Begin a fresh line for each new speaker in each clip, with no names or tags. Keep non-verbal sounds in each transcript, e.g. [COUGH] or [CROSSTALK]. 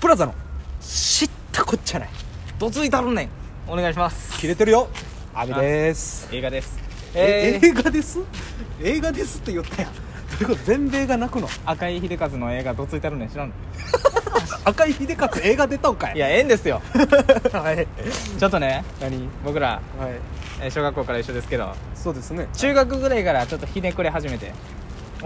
プラザの知ったこっちゃない
どついたるねんお願いします
切れてるよアミです
映画です
え
えー
映画です映画ですって言ったやんどういうこと全米が泣くの
赤井秀和の映画どついたるねん知らんの
赤井秀勝映画出たんかい
いやええ
[LAUGHS]
んですよ
はい
ちょっとね
何
僕ら、
はい
えー小学校から一緒ですけど
そうですね
中学ぐらいからちょっとひねくれ始めて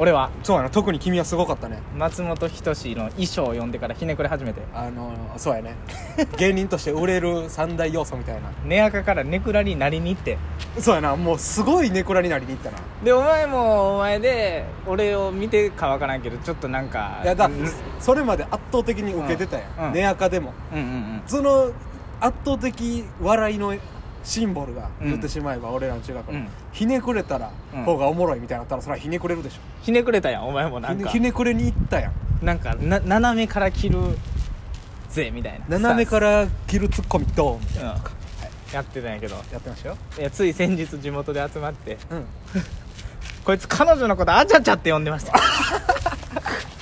俺は
そうやな特に君はすごかったね
松本人志の衣装を読んでからひねくれ始めて
あのそうやね [LAUGHS] 芸人として売れる三大要素みたいな
根垢からネクラになりに行って
そうやなもうすごいネクラになりに行ったな
でお前もお前で俺を見てかわからんけどちょっとなんか
いやだ、
うんうん
それまで圧倒的に受けてたやん、
うん
根垢でも
うん
その圧倒的笑いのシンボルが言ってしまえば、俺らの中学の、
うん
ひねくれたら
うん
方がおもろいみたいになったらそれはひねくれるでし
ひねくれたやんお前も
ょ
な
ひ
ん
ね
か
ひねくれに行ったやん
なんかな斜めから切るぜみたいな、
斜めからら切るツッコミドーン
うんやってたんやけど
やってましたよ
いやつい先日地元で集まって
うん
こいつ彼女のことあちゃちゃって呼んでました [LAUGHS]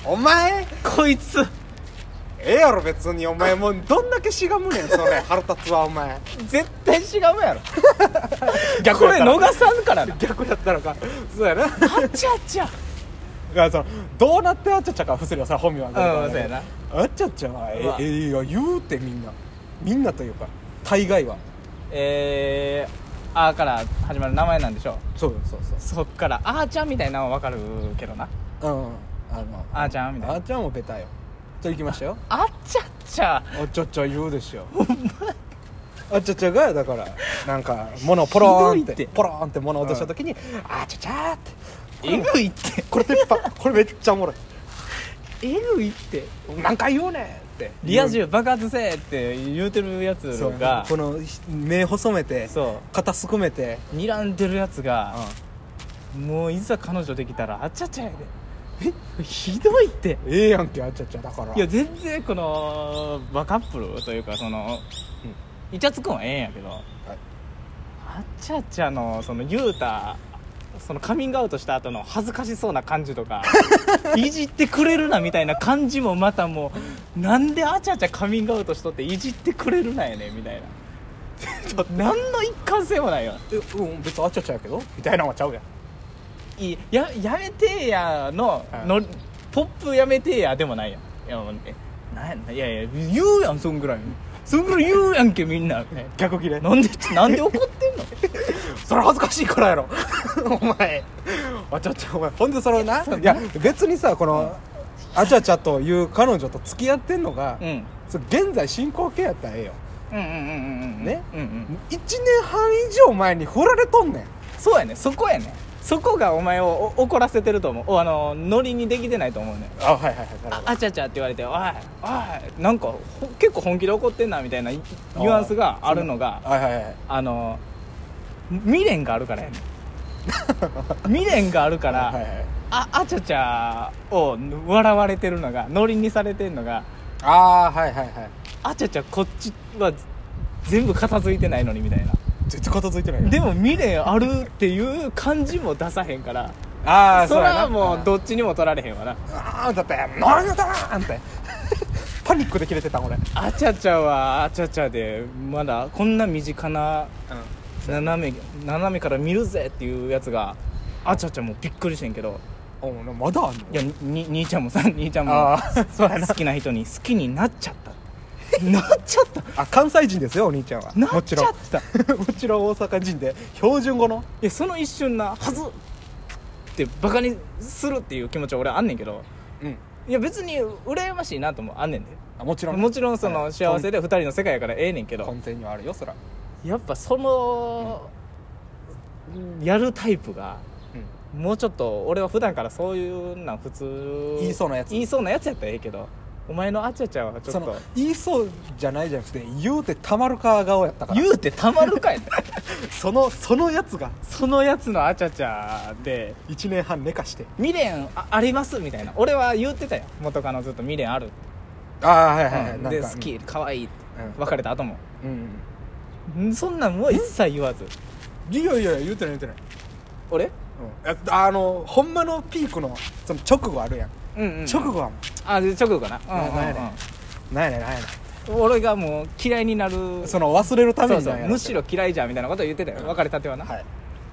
お前
こいつ
ええやろ別にお前もうどんだけしがむねんそれ腹立つわお [LAUGHS] 前
絶対違う [LAUGHS] やろ
逆
こ
やっ
れ
たら
逃さんからな
逆やったのかそうやなだか
あちゃちゃ
らそのどうなってあっちゃっちゃか伏せるよそれは本名は
うんそうやな
あっちゃっちゃはえ
うわ
えいや言うてみんなみんなというか大概は
[LAUGHS] えー、あーから始まる名前なんでしょ
そうそう
うそっからあーちゃんみたいなのは分かるけどな
そううんあの
あーちゃんみたい
あ
な
っちゃんもベタよと行きましたよ
[LAUGHS] あちゃちゃ
あっちゃっちゃ言うですよあっちゃっちゃがだからなんか物をポローンって
ひどいって
ポローンって物を落とした時に、あっちゃっちゃーって
えぐいって
これ鉄板これめっちゃおもろい
えぐいって
何回言うねんって
リア充爆発せえって言うてるやつ
そう
が
このひ目細めて
そ
肩すくめて
う睨んでるやつが、もういざ彼女できたらあちゃちゃやでえひどいって
ええやんけあっちゃっちゃだから
いや全然このバカップルというかその、イチャつくんはええんやけど、あっちゃっちゃのその言うたそのカミングアウトした後の恥ずかしそうな感じとかいじってくれるなみたいな感じもまたもうなんであちゃちゃカミングアウトしとっていじってくれるなやねんみたいな何の一貫性もないよ
えうん別にあっちゃっちゃやけどみたいなのはちゃうやん
いいややめてやの,、
はい
のポップやめてやでもないやんいやもうえなんやねんいやいや言うやんそんぐらいそんぐらい言うやんけみんなみたいな
逆切れ
なんでなんで怒ってんの
[LAUGHS] それ恥ずかしいからや
[LAUGHS]
ろお前あちゃっちゃお前ほんでそのないや別にさこの、あちゃちゃという彼女と付き合ってんのが、
うん
そう現在進行形やったらええよ
うんうんうんうんうん
ね
うんうん
1年半以上前に振られとんねん
そうやねそこやねそこがお前をお怒らせてると思うおあのノリにできてないと思うね
あはいはいはいなる
あ
ほど
あちゃちゃって言われて「おいおいなんかほ結構本気で怒ってんな」みたいなニュアンスがあるのが
はいはいはい
あの未練があるからやね未練があるから、
[LAUGHS] はいはい
ああちゃちゃを笑われてるのがノリにされてるのが
ああはいはいはい
あちゃちゃこっちは全部片付いてないのにみたいな
絶対片付いてないよ
でも未練あるっていう感じも出さへんから
ああ
それはも
う
うどっちにも取られへんわな
ああだって何だーんって [LAUGHS] パニックで切れてた俺うん
あちゃちゃはあちゃちゃでまだこんな身近な斜め斜めから見るぜっていうやつがあちゃちゃもびっくりしてんけど
おうまだあんの
いやに兄ちゃんもさ [LAUGHS] 兄ちゃんも
ああそうやな
好きな人に好きになっちゃったなっちゃった
あ関西人ですよお兄ちゃんは
な
も
っ
ち
ち
ろ
ゃ
ん
ったい
もちろん大 [LAUGHS] 阪人で標準語の
やその一瞬なはずってバカにするっていう気持ちは俺あんねんけど
うん
いや別に羨ましいなともあんねんで
あもちろん
もちろんその幸せ
で
で二人の世界やからええねんけど
根底にはあるよそら
やっぱそのやるタイプが
う
もうちょっと俺は普段からそういうなん普通
言いそうなやつ
言いそうなやつやったらええけどお前のあちゃちゃはち
ん
ょ
そ
っと
の言いそうじゃないじゃなくて言うてたまるか顔やったから
言うてたまるかい
そのそのやつが
そのやつのあちゃちゃで
1年半寝かして
未練あありますみたいな俺は言ってたよ元カノずっと未練ある、
ああはい
うんで好き可愛いって
うん
別れた後も
うん
んそんなんもう一切言わず
いやいやいや言うてない言うてない
俺
うんああのほんまのピークのその直後あるやん
うんうん
直後はもう
あで直後かな
ななんやねん
うんうんうん
なんやねんなんやね
俺がもう嫌いになる
んその忘れるため
そう
に
そ
なんや
う
ろ
むしろ嫌いじゃんみたいなことを言ってたよ別れたてはな、
はい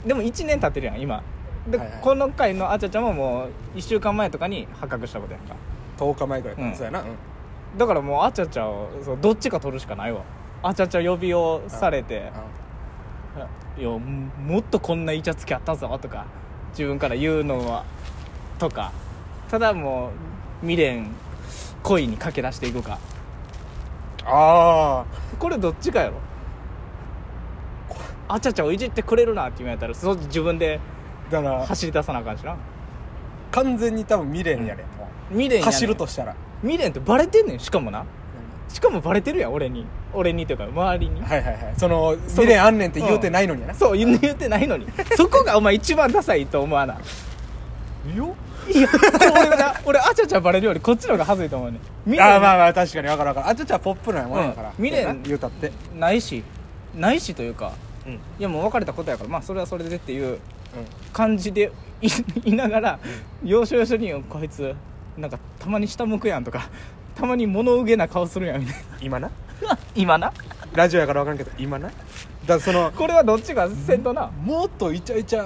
でも1年経ってるやん今で、
はいはい
この回のあちゃちゃんももう1週間前とかに発覚したことやんか
10日前ぐらいか
うん
そうやなうん
だからもうあちゃちゃをそうどっちか取るしかないわあちゃちゃ呼びをされて「いやもっとこんなイチャつきあったぞ」とか自分から言うのはとかただもう未練恋に駆け出していくか
ああ
これどっちかやろあちゃちゃをいじってくれるなって言うんやったらそ自分で
だから
走り出さなあかんしな
完全に多分未練やねんも
未練
う
やねん
走るとしたら
未練ってバレてんねんしかもなしかもバレてるやん俺に俺にというか周りに
はいはいはいその未練あんねんって言うてないのにやな
そう言う言ってないのにそこがお前一番ダサいと思わない
よ
いや俺な俺あちゃちゃバレるよりこっちの方が恥ずいと思うねん未
あーまあ
練
まあ確かに分かる分かるあちょっとはポップなもんやから
うん未練
言うたって
ないしないしというか
うん
いやもう別れたことやからまあそれはそれでっていう感じでい [LAUGHS] いながら要所要所に「こいつなんかたまに下向くやん」とか「たまに物憂げな顔するやん」みたい
今な
な今な
ラジオやから分からんけど今なだからその
これはどっちが先頭な
もっとイチャイチャ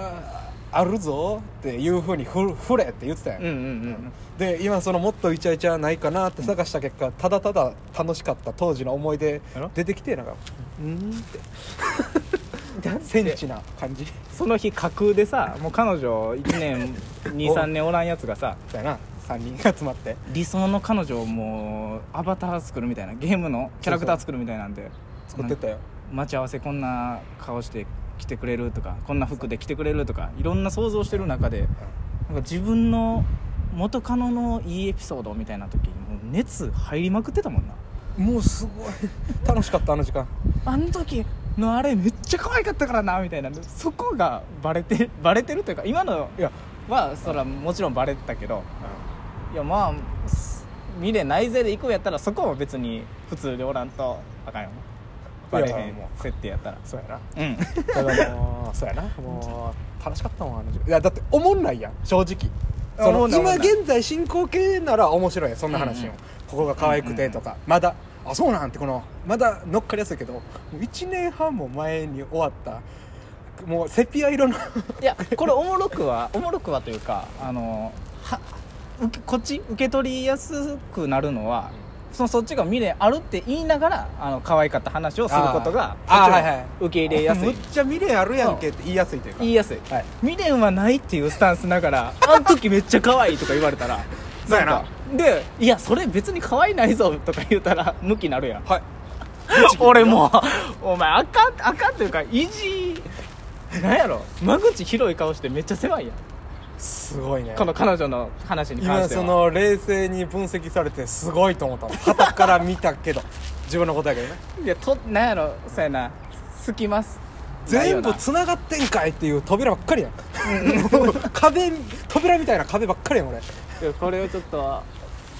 あるぞっていうふうにふ振れって言ってたやん、
うんうんうん
で今そのもっとイチャイチャないかなって探した結果ただただ楽しかった当時の思い出
やろ
出てきてなんかうーんってセンチ [LAUGHS] な感じ
その日架空でさもう彼女1年23年おらんやつがさ
だよな3人が集まって
理想の彼女をもうアバター作るみたいなゲームのキャラクター作るみたいなんで
作ってったよ
待ち合わせこんな顔して来てくれるとかこんな服で来てくれるとかいろんな想像してる中でなんか自分の元カノのいいエピソードみたいな時にもう熱入りまくってたもんな
もうすごい楽しかったあの時間
あの時のあれめっちゃ可愛かったからなみたいなそこがバレてバレてるというか今の
いや
はそらもちろんバレてたけどいやまあす未練ないぜで行くんやったらそこも別に普通でおらんとあかんよバレへ
いや
ん
も
設定やったら
そうやな
うん
だから [LAUGHS] もうそうやなもう楽しかったもんあの時間いやだっておもんないやん正直
あ
そ
おも
の
んない
今
おもんない
現在進行形なら面白いやんそんな話
う
を、
んうん
ここが可愛くてとか、まだあそうなんてこのまだ乗っかりやすいけどもう1年半も前に終わったもうセピア色の
[LAUGHS] いやこれおもろくはおもろくはというかあのは受けこっち受け取りやすくなるのは、そのそっちが未練あるって言いながらあの可愛かった話をすることがこ
あー
っ
あ
ちも
ーはいはい
受け入れやす
[LAUGHS]
い、
むっちゃ未練あるやんけって言いやすいというか
言いやすい
はい
未練はないっていうスタンスながら [LAUGHS] あの時めっちゃ可愛いとか言われたら
[LAUGHS] そうやなん
かでいやそれ別に可愛いないぞとか言うたらムキなるやん
はい [LAUGHS]
俺もう [LAUGHS] お前あかんあかんというか意地なんやろ間口広い顔してめっちゃ狭いやん
すごいね
この彼女の話に関
今
しては
その冷静に分析されてすごいと思ったもん旗から見たけど [LAUGHS] 自分のことやけどね
いやとなんやろそうやな好きます
全
ない
部
よ
つながってんかいっていう扉ばっかりやん [LAUGHS] 壁扉みたいな壁ばっかりやん俺
ないやこれをちょっと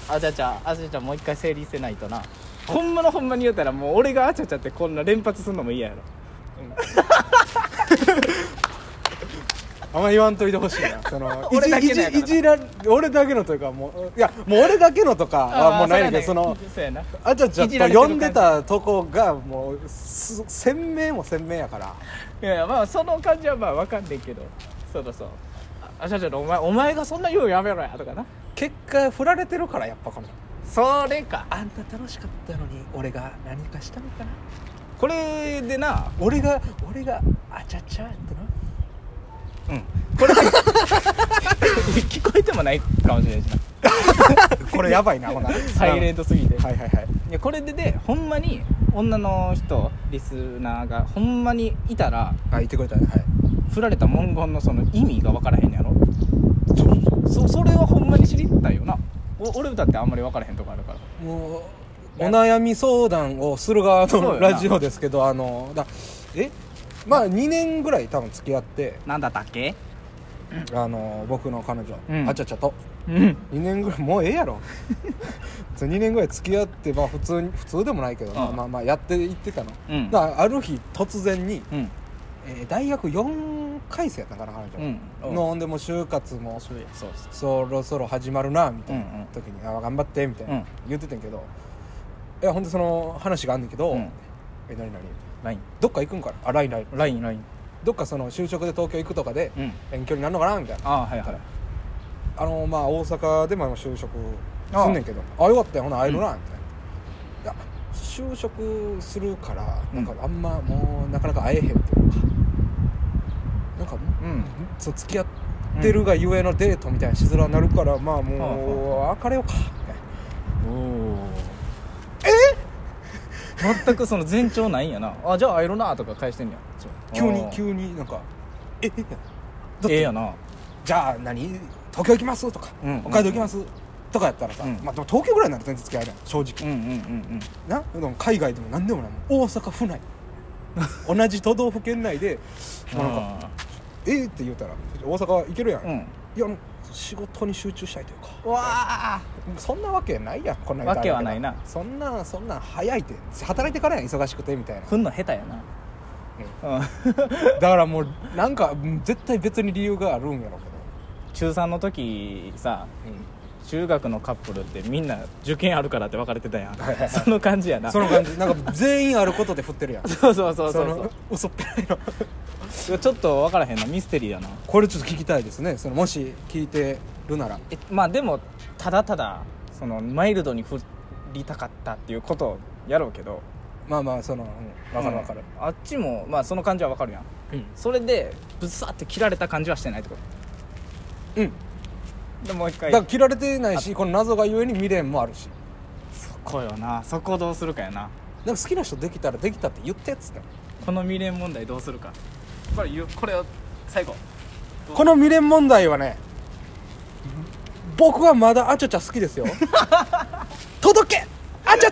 あちゃちゃあちゃちゃもう一回整理せないとなほんまのほんまに言うたらもう俺があちゃちゃってこんな連発すんのも嫌やろ
あんま言わんといてほしいなその [LAUGHS]
俺だけのやから
いじいじいじら俺だけのというかもういやもう俺だけのとかはもうないんだけどその
そうやな
あちゃちゃ
いじら
と呼
れてる感じ
んでたとこがもうす鮮明も鮮明やから
いやいやまあその感じはまあわかんねえけどそうだそうああちゃちゃのお前お前がそんな言うのやめろやとかな
結果振られてるからやっぱこの
それか
あんた楽しかったのに俺が何かしたのかな
これでな
俺が俺があちゃちゃってな
うんこれで聞こえてもないかもしれないしな
これやばいなほな
[LAUGHS] サイレン
ン
トすぎて
はいはいはい
いやこれででほんまに女の人リスナーがほんまにいたら
あ言ってくれたねはい
振られた文言のその意味が分からへんのやろそそれはほんまに知りたいよなお俺歌ってあんまり分からへんとこあるから
もうお悩み相談をする側
そうよ
の
な
ラジオですけどあのだえまあ2年ぐらい多分付き合って
なんだったっけ
あの僕の彼女、
うん
あちゃちゃと
うん
2年ぐらいもうええや
[LAUGHS]
ろ2年ぐらい付き合ってまあ普通に普通でもないけどな、
うん
まあまあやっていってたの、
うん
だからある日突然に、
うん
えー大学4回生やったんかな彼女、
うん
のほんでもう就活も
そうそうそう
そろそろ始まるなみたい
うんう
なん時に「あ頑張って」みたい
うん
な言ってたんやけど、いやほんでその話があんねんけど、
うん
え何何
ライン
どっか行くんかなあラインライン
ラインライン
どっかその就職で東京行くとかで
うん
遠距離なんのかなみたいな
ああはいはい
あのまあ大阪でもあの就職すんねんけどああよかったよほな会えるな、みたいないや就職するからなんか
うん
あんまもうなかなか会えへんというかなんか
うん
そう付き合ってるがゆえのデートみたいなしづらになるから、まあ
はあ
もう別れようかみたいな
おおえ全くその前兆ないんやなあじゃあ会えるなとか返してんや
急に
に
急になんか「ええ
ええやな
じゃあ何東京行きます?」とか、
うん
北海道行きます?」とかやったらさ、
うん
まあでも東京ぐらいなら全然付き合えない正直
うんうんうん
なでも海外でも何でもないもう大阪府
[LAUGHS]
内同じ都道府県内で「
うん
もうなんか
か
えーって言うたら「大阪行けるやん」
うん
いやあの仕事に集中したいというか
わあ
そんなわけないやんこんな
わけはないな
そんなそんな早いって働いてからやん忙しくてみたいな
ふんの下手やなう
だ
ん
からもうなんかうん絶対別に理由があるんやろうけど
中3の時さ
う
中学のカップルってみんな受験あるからって別れてたやん
はいはい、
その感じやなん
その感じなんか全員あることで振ってるやん
そうそうそうそう
の嘘っぺらいの
そうちょっと分からへんなミステリーやな
これちょっと聞きたいですねそのもし聞いてるなら
えまあでもただただそのマイルドに振りたかったっていうことやろうけど
まあまあその、うん、分かる分かる、
うんあっちもまあその感じは分かるやん
うん
それでぶっさって切られた感じはしてないってこ
うん、
とでもう一
だ
回
から切られてないしこの謎がゆえに未練もあるし
そこよなそこどうするかやな
なんか好きな人できたらできたって言ってっつって
この未練問題どうするかこれ言うこれを最後
この未練問題はね僕はまだあちゃちゃ好きですよ届けあちゃちゃ